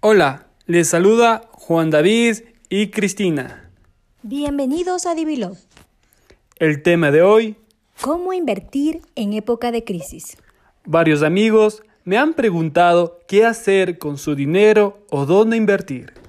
Hola, les saluda Juan David y Cristina. Bienvenidos a Divilog. El tema de hoy, ¿Cómo invertir en época de crisis? varios amigos me han preguntado qué hacer con su dinero o dónde invertir.